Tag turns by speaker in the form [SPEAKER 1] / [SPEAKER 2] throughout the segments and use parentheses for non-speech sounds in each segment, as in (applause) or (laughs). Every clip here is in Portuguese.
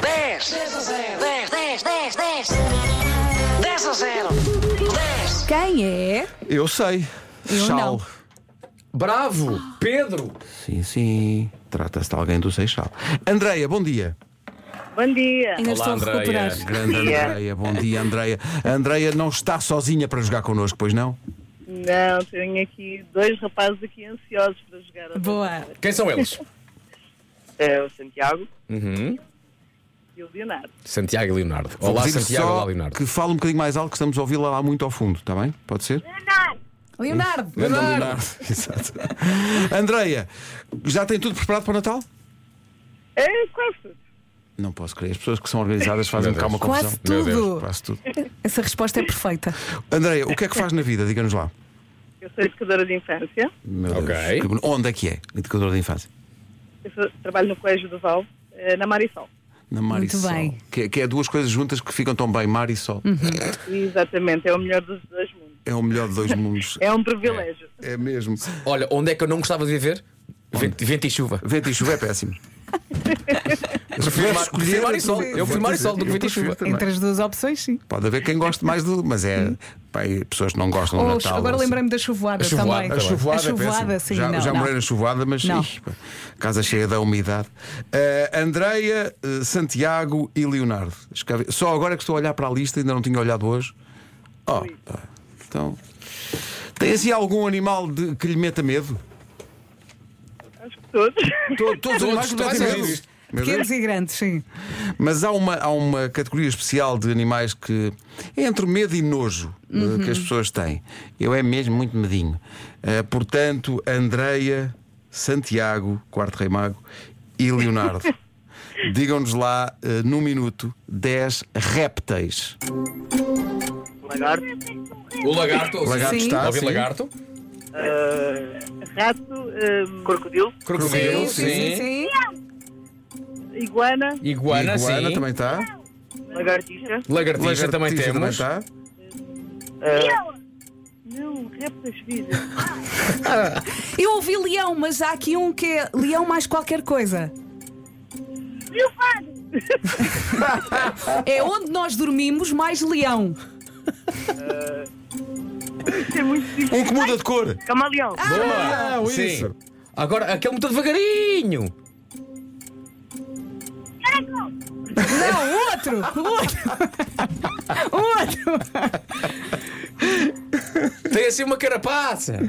[SPEAKER 1] 10. 10 a 0. 10, 10, 10, 10. 10 a 0. 10.
[SPEAKER 2] Quem é?
[SPEAKER 3] Eu sei.
[SPEAKER 2] Eu
[SPEAKER 3] Chal.
[SPEAKER 2] não.
[SPEAKER 4] Bravo, Pedro.
[SPEAKER 3] Sim, sim. Trata-se de alguém do Seixal. Andreia, bom dia.
[SPEAKER 5] Bom dia.
[SPEAKER 2] Ainda estou a
[SPEAKER 4] Andreia.
[SPEAKER 2] recuperar.
[SPEAKER 3] Grande
[SPEAKER 5] dia.
[SPEAKER 3] Andreia, bom dia, Andreia. A Andreia não está sozinha para jogar connosco, pois não?
[SPEAKER 5] Não, tenho aqui dois rapazes aqui ansiosos para jogar. a
[SPEAKER 2] Boa.
[SPEAKER 4] Quem são eles?
[SPEAKER 5] É o Santiago Uhum. e o Leonardo.
[SPEAKER 4] (laughs) Santiago e Leonardo.
[SPEAKER 3] Vou
[SPEAKER 4] Olá,
[SPEAKER 3] pedir-lhe
[SPEAKER 4] Santiago.
[SPEAKER 3] só
[SPEAKER 4] Olá, Leonardo.
[SPEAKER 3] Que fale um bocadinho mais alto, que estamos a ouvi-la lá muito ao fundo, está bem? Pode ser?
[SPEAKER 2] Leonardo.
[SPEAKER 3] Grande Leonardo. (laughs) Exato. Andreia, já tem tudo preparado para o Natal?
[SPEAKER 5] É quase tudo.
[SPEAKER 3] Não posso crer. As pessoas que são organizadas fazem
[SPEAKER 4] Meu
[SPEAKER 3] cá uma
[SPEAKER 4] Deus.
[SPEAKER 3] confusão.
[SPEAKER 2] Quase
[SPEAKER 4] Meu Deus,
[SPEAKER 2] tudo.
[SPEAKER 3] Quase tudo.
[SPEAKER 2] Essa resposta é perfeita.
[SPEAKER 3] Andreia, o que é que faz na vida? Diga-nos lá.
[SPEAKER 5] Eu sou educadora de infância.
[SPEAKER 3] Meu
[SPEAKER 4] Ok.
[SPEAKER 3] Deus, que bon- Onde é que é? Educadora de infância.
[SPEAKER 5] Eu sou- trabalho no Colégio do Val, eh, na Marisol.
[SPEAKER 3] Na mar
[SPEAKER 2] Muito
[SPEAKER 3] e sol.
[SPEAKER 2] bem. Uhum.
[SPEAKER 3] Que, que é duas coisas juntas que ficam tão bem, mar e sol.
[SPEAKER 5] Exatamente, é o melhor dos dois mundos.
[SPEAKER 3] É o melhor de dois
[SPEAKER 4] (laughs)
[SPEAKER 3] mundos.
[SPEAKER 5] É um privilégio.
[SPEAKER 3] É mesmo.
[SPEAKER 4] Olha, onde é que eu não gostava de viver? Vento, vento e chuva.
[SPEAKER 3] Vento e chuva é péssimo.
[SPEAKER 4] Prefiro mar- prefiro mar e sol. Eu prefiro mar e sol do que
[SPEAKER 3] Eu
[SPEAKER 4] vento e chuva.
[SPEAKER 3] prefiro também.
[SPEAKER 2] Entre as duas opções, sim.
[SPEAKER 3] Pode haver quem goste mais do. Mas é. Pai, pessoas que não gostam do
[SPEAKER 2] Ou,
[SPEAKER 3] Natal.
[SPEAKER 2] agora
[SPEAKER 3] ou assim.
[SPEAKER 2] lembrei-me da chovoada,
[SPEAKER 4] A chovoada
[SPEAKER 2] também.
[SPEAKER 3] A
[SPEAKER 4] também.
[SPEAKER 3] chuvoada,
[SPEAKER 2] A chovoada,
[SPEAKER 3] é péssimo.
[SPEAKER 2] sim.
[SPEAKER 3] já
[SPEAKER 2] não,
[SPEAKER 3] já
[SPEAKER 2] não.
[SPEAKER 3] morei na chuvoada, mas
[SPEAKER 2] Não.
[SPEAKER 3] ih, pá, casa cheia da umidade. Eh, Andreia, eh, Santiago e Leonardo. Escreve- Só agora é que estou a olhar para a lista, ainda não tinha olhado hoje. Oh, pá, então. Tem assim algum animal de- que lhe meta medo?
[SPEAKER 5] Acho que todos.
[SPEAKER 3] To- (laughs) Todos os animais que
[SPEAKER 4] Todos,
[SPEAKER 3] metem
[SPEAKER 4] todos.
[SPEAKER 3] medo. Meu Deus.
[SPEAKER 2] Pequenos e grandes, sim.
[SPEAKER 3] Mas há uma, há uma categoria especial de animais que é entre o medo e nojo eh, que as pessoas têm. Eu é mesmo muito medinho. Eh, portanto, Andreia, Santiago, Quarto Rei Mago e Leonardo. Digam-nos lá, eh, num minuto, 10 répteis.
[SPEAKER 5] Lagarto,
[SPEAKER 4] O lagarto.
[SPEAKER 3] O lagarto
[SPEAKER 2] Sim.
[SPEAKER 3] está.
[SPEAKER 4] Ouvi
[SPEAKER 3] sim.
[SPEAKER 4] lagarto.
[SPEAKER 5] Eh, rato, ehm, crocodilo,
[SPEAKER 4] Crocodilo,
[SPEAKER 2] sim, sim.
[SPEAKER 5] iguana,
[SPEAKER 4] Iguana,
[SPEAKER 3] Iguana
[SPEAKER 4] sim.
[SPEAKER 3] também tá? está.
[SPEAKER 5] lagartixa.
[SPEAKER 4] Lagartixa também
[SPEAKER 3] Lagartixa
[SPEAKER 4] temos.
[SPEAKER 3] está.
[SPEAKER 5] Eh. Não, répteis vida.
[SPEAKER 2] Eu ouvi leão, mas há aqui um que é leão mais qualquer coisa. É onde nós dormimos mais leão.
[SPEAKER 5] Isso (laughs) é muito difícil.
[SPEAKER 3] Um que muda de cor.
[SPEAKER 5] Camaleão.
[SPEAKER 4] Ah. Boa!
[SPEAKER 3] Não,
[SPEAKER 4] sim.
[SPEAKER 3] Ah, isso.
[SPEAKER 4] Agora, aquele muito devagarinho.
[SPEAKER 2] Não, outro! Outro! (laughs) Outro!
[SPEAKER 4] Tem assim uma carapaça.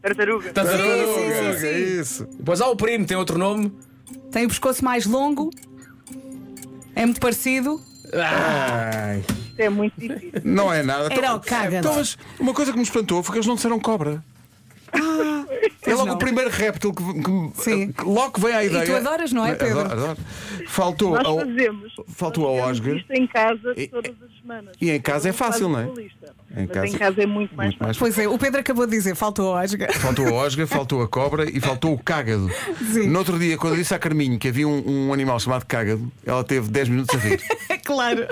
[SPEAKER 5] Tartaruga.
[SPEAKER 4] Tartaruga.
[SPEAKER 3] É isso.
[SPEAKER 4] Depois há o primo, tem outro nome.
[SPEAKER 2] Tem o pescoço mais longo. É muito parecido.
[SPEAKER 3] Ah.
[SPEAKER 5] Isso é muito difícil.
[SPEAKER 3] Não é nada.
[SPEAKER 2] Era o caga-te.
[SPEAKER 3] Então, mas uma coisa que me espantou foi que eles não disseram cobra. é logo
[SPEAKER 2] Ah, não.
[SPEAKER 3] o primeiro réptil que, que-
[SPEAKER 2] Sim.
[SPEAKER 3] que logo vem à ideia.
[SPEAKER 2] tu adoras, não é, Pedro?
[SPEAKER 3] Adoro, adoro. Faltou
[SPEAKER 5] Nós
[SPEAKER 3] ao-
[SPEAKER 5] fazemos.
[SPEAKER 3] faltou
[SPEAKER 5] nós
[SPEAKER 3] ao
[SPEAKER 5] fazemos
[SPEAKER 3] Oscar.
[SPEAKER 5] Isto em casa
[SPEAKER 3] E-
[SPEAKER 5] todas as semanas.
[SPEAKER 3] e em casa é fácil, não é?
[SPEAKER 5] Faz uma lista.
[SPEAKER 3] Em
[SPEAKER 5] Mas
[SPEAKER 3] casa-
[SPEAKER 5] em casa é muito mais
[SPEAKER 3] Muito mais-
[SPEAKER 2] Pois é, o Pedro acabou de dizer, faltou a Osga. (laughs)
[SPEAKER 3] Faltou a osga, faltou a cobra e faltou o cágado.
[SPEAKER 2] Sim.
[SPEAKER 3] No outro dia, quando eu disse à Carminho que havia um, um animal chamado cágado, ela teve 10 minutos a rir.
[SPEAKER 2] É claro.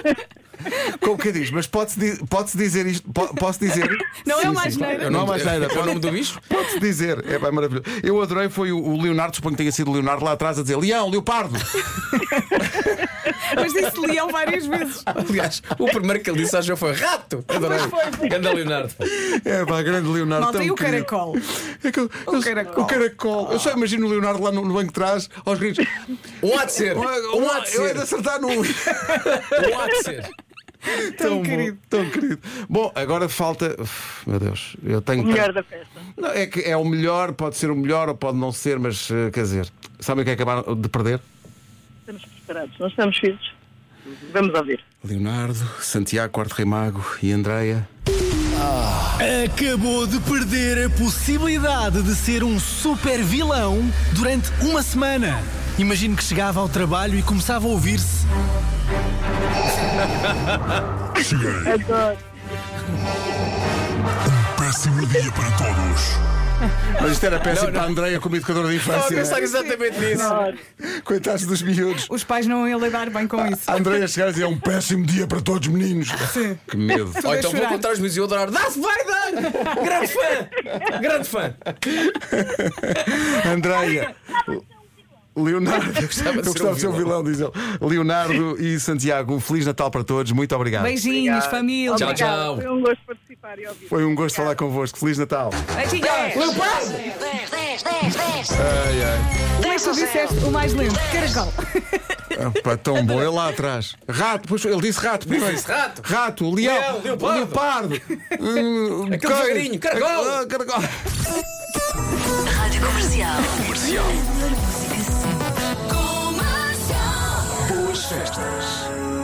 [SPEAKER 3] Como que diz? Mas pode-se di- pode-se dizer isto? po- posso dizer?
[SPEAKER 2] Não é
[SPEAKER 3] Sim,
[SPEAKER 2] uma
[SPEAKER 3] sim.
[SPEAKER 2] asneira.
[SPEAKER 4] É o
[SPEAKER 3] Não há
[SPEAKER 4] nome-
[SPEAKER 3] mais nada.
[SPEAKER 4] É o nome do bicho?
[SPEAKER 3] Pode-se dizer, é bem maravilhoso. Eu adorei, foi o- o Leonardo, suponho que tenha sido o Leonardo lá atrás a dizer Leão, (laughs) Leopardo!
[SPEAKER 2] Mas disse leão várias vezes.
[SPEAKER 4] (laughs) Aliás, o primeiro que ele disse acho eu foi rato. Adorei. Ganda Leonardo.
[SPEAKER 3] É pá, grande Leonardo.
[SPEAKER 2] Malta,
[SPEAKER 3] tão
[SPEAKER 2] e o
[SPEAKER 3] querido. (laughs)
[SPEAKER 2] caracol?
[SPEAKER 3] É que eu- eu-
[SPEAKER 2] O caracol.
[SPEAKER 3] o caracol. Eu só imagino o Leonardo lá no, no banco de trás, aos (laughs) rios.
[SPEAKER 4] Um há de
[SPEAKER 3] (laughs)
[SPEAKER 4] ser.
[SPEAKER 3] Um,
[SPEAKER 4] Um há de
[SPEAKER 3] eu hei de
[SPEAKER 4] ser.
[SPEAKER 3] acertar (laughs) no.
[SPEAKER 4] Um há de ser.
[SPEAKER 3] tão
[SPEAKER 2] querido.
[SPEAKER 3] Bom, tão querido. Bom, agora falta. Uf, Meu Deus, eu tenho.
[SPEAKER 5] O melhor da festa.
[SPEAKER 3] Não, é que é o melhor, pode ser o melhor ou pode não ser, mas eh, quer dizer, sabem o que é que acabaram de perder?
[SPEAKER 5] Estamos preparados, nós estamos filhos. Vamos ouvir.
[SPEAKER 3] Leonardo, Santiago, Quarto Rei Mago e Andreia.
[SPEAKER 6] Acabou de perder a possibilidade de ser um super vilão durante uma semana. Imagino que chegava ao trabalho e começava a ouvir-se.
[SPEAKER 7] Cheguei.
[SPEAKER 5] Adoro.
[SPEAKER 7] Péssimo dia para todos.
[SPEAKER 3] Mas isto era péssimo para a Andreia como educadora de
[SPEAKER 4] Estava a
[SPEAKER 3] infância.
[SPEAKER 4] pensar exatamente nisso.
[SPEAKER 3] né? Coitados dos miúdos.
[SPEAKER 2] Os pais não iam lidar bem com isso.
[SPEAKER 3] A Andreia chegar e dizer é um péssimo dia para todos os meninos.
[SPEAKER 2] Sim.
[SPEAKER 3] Que (laughs) medo.
[SPEAKER 4] Ou então
[SPEAKER 2] chorar.
[SPEAKER 4] vou contar os meus e eu adorar. Dá-se, vai dar! Grande fã! Grande fã!
[SPEAKER 3] Andreia, Leonardo, eu
[SPEAKER 4] gostava de ser um
[SPEAKER 3] de ser um vilão, diz ele. Leonardo e Santiago, um feliz Natal para todos, muito obrigado.
[SPEAKER 2] Beijinhos, família.
[SPEAKER 4] Tchau, tchau.
[SPEAKER 5] Foi um gosto participar e ouvir.
[SPEAKER 3] Foi um gosto falar convosco, feliz Natal.
[SPEAKER 2] Beijinhos.
[SPEAKER 3] Ai, ai.
[SPEAKER 2] Como é que tu disseste o mais lento? Caracol.
[SPEAKER 3] Ah, pá, tão bom, ele lá atrás. Rato, pois ele disse rato primeiro.
[SPEAKER 4] disse rato.
[SPEAKER 3] Rato, leão,
[SPEAKER 4] Leão, leopardo. (laughs)
[SPEAKER 3] hum,
[SPEAKER 4] Aquele
[SPEAKER 3] coelho.
[SPEAKER 4] devagarinho, caracol.
[SPEAKER 3] Ah, caracol.
[SPEAKER 8] Rádio Comercial. Comercial.
[SPEAKER 7] Boas festas.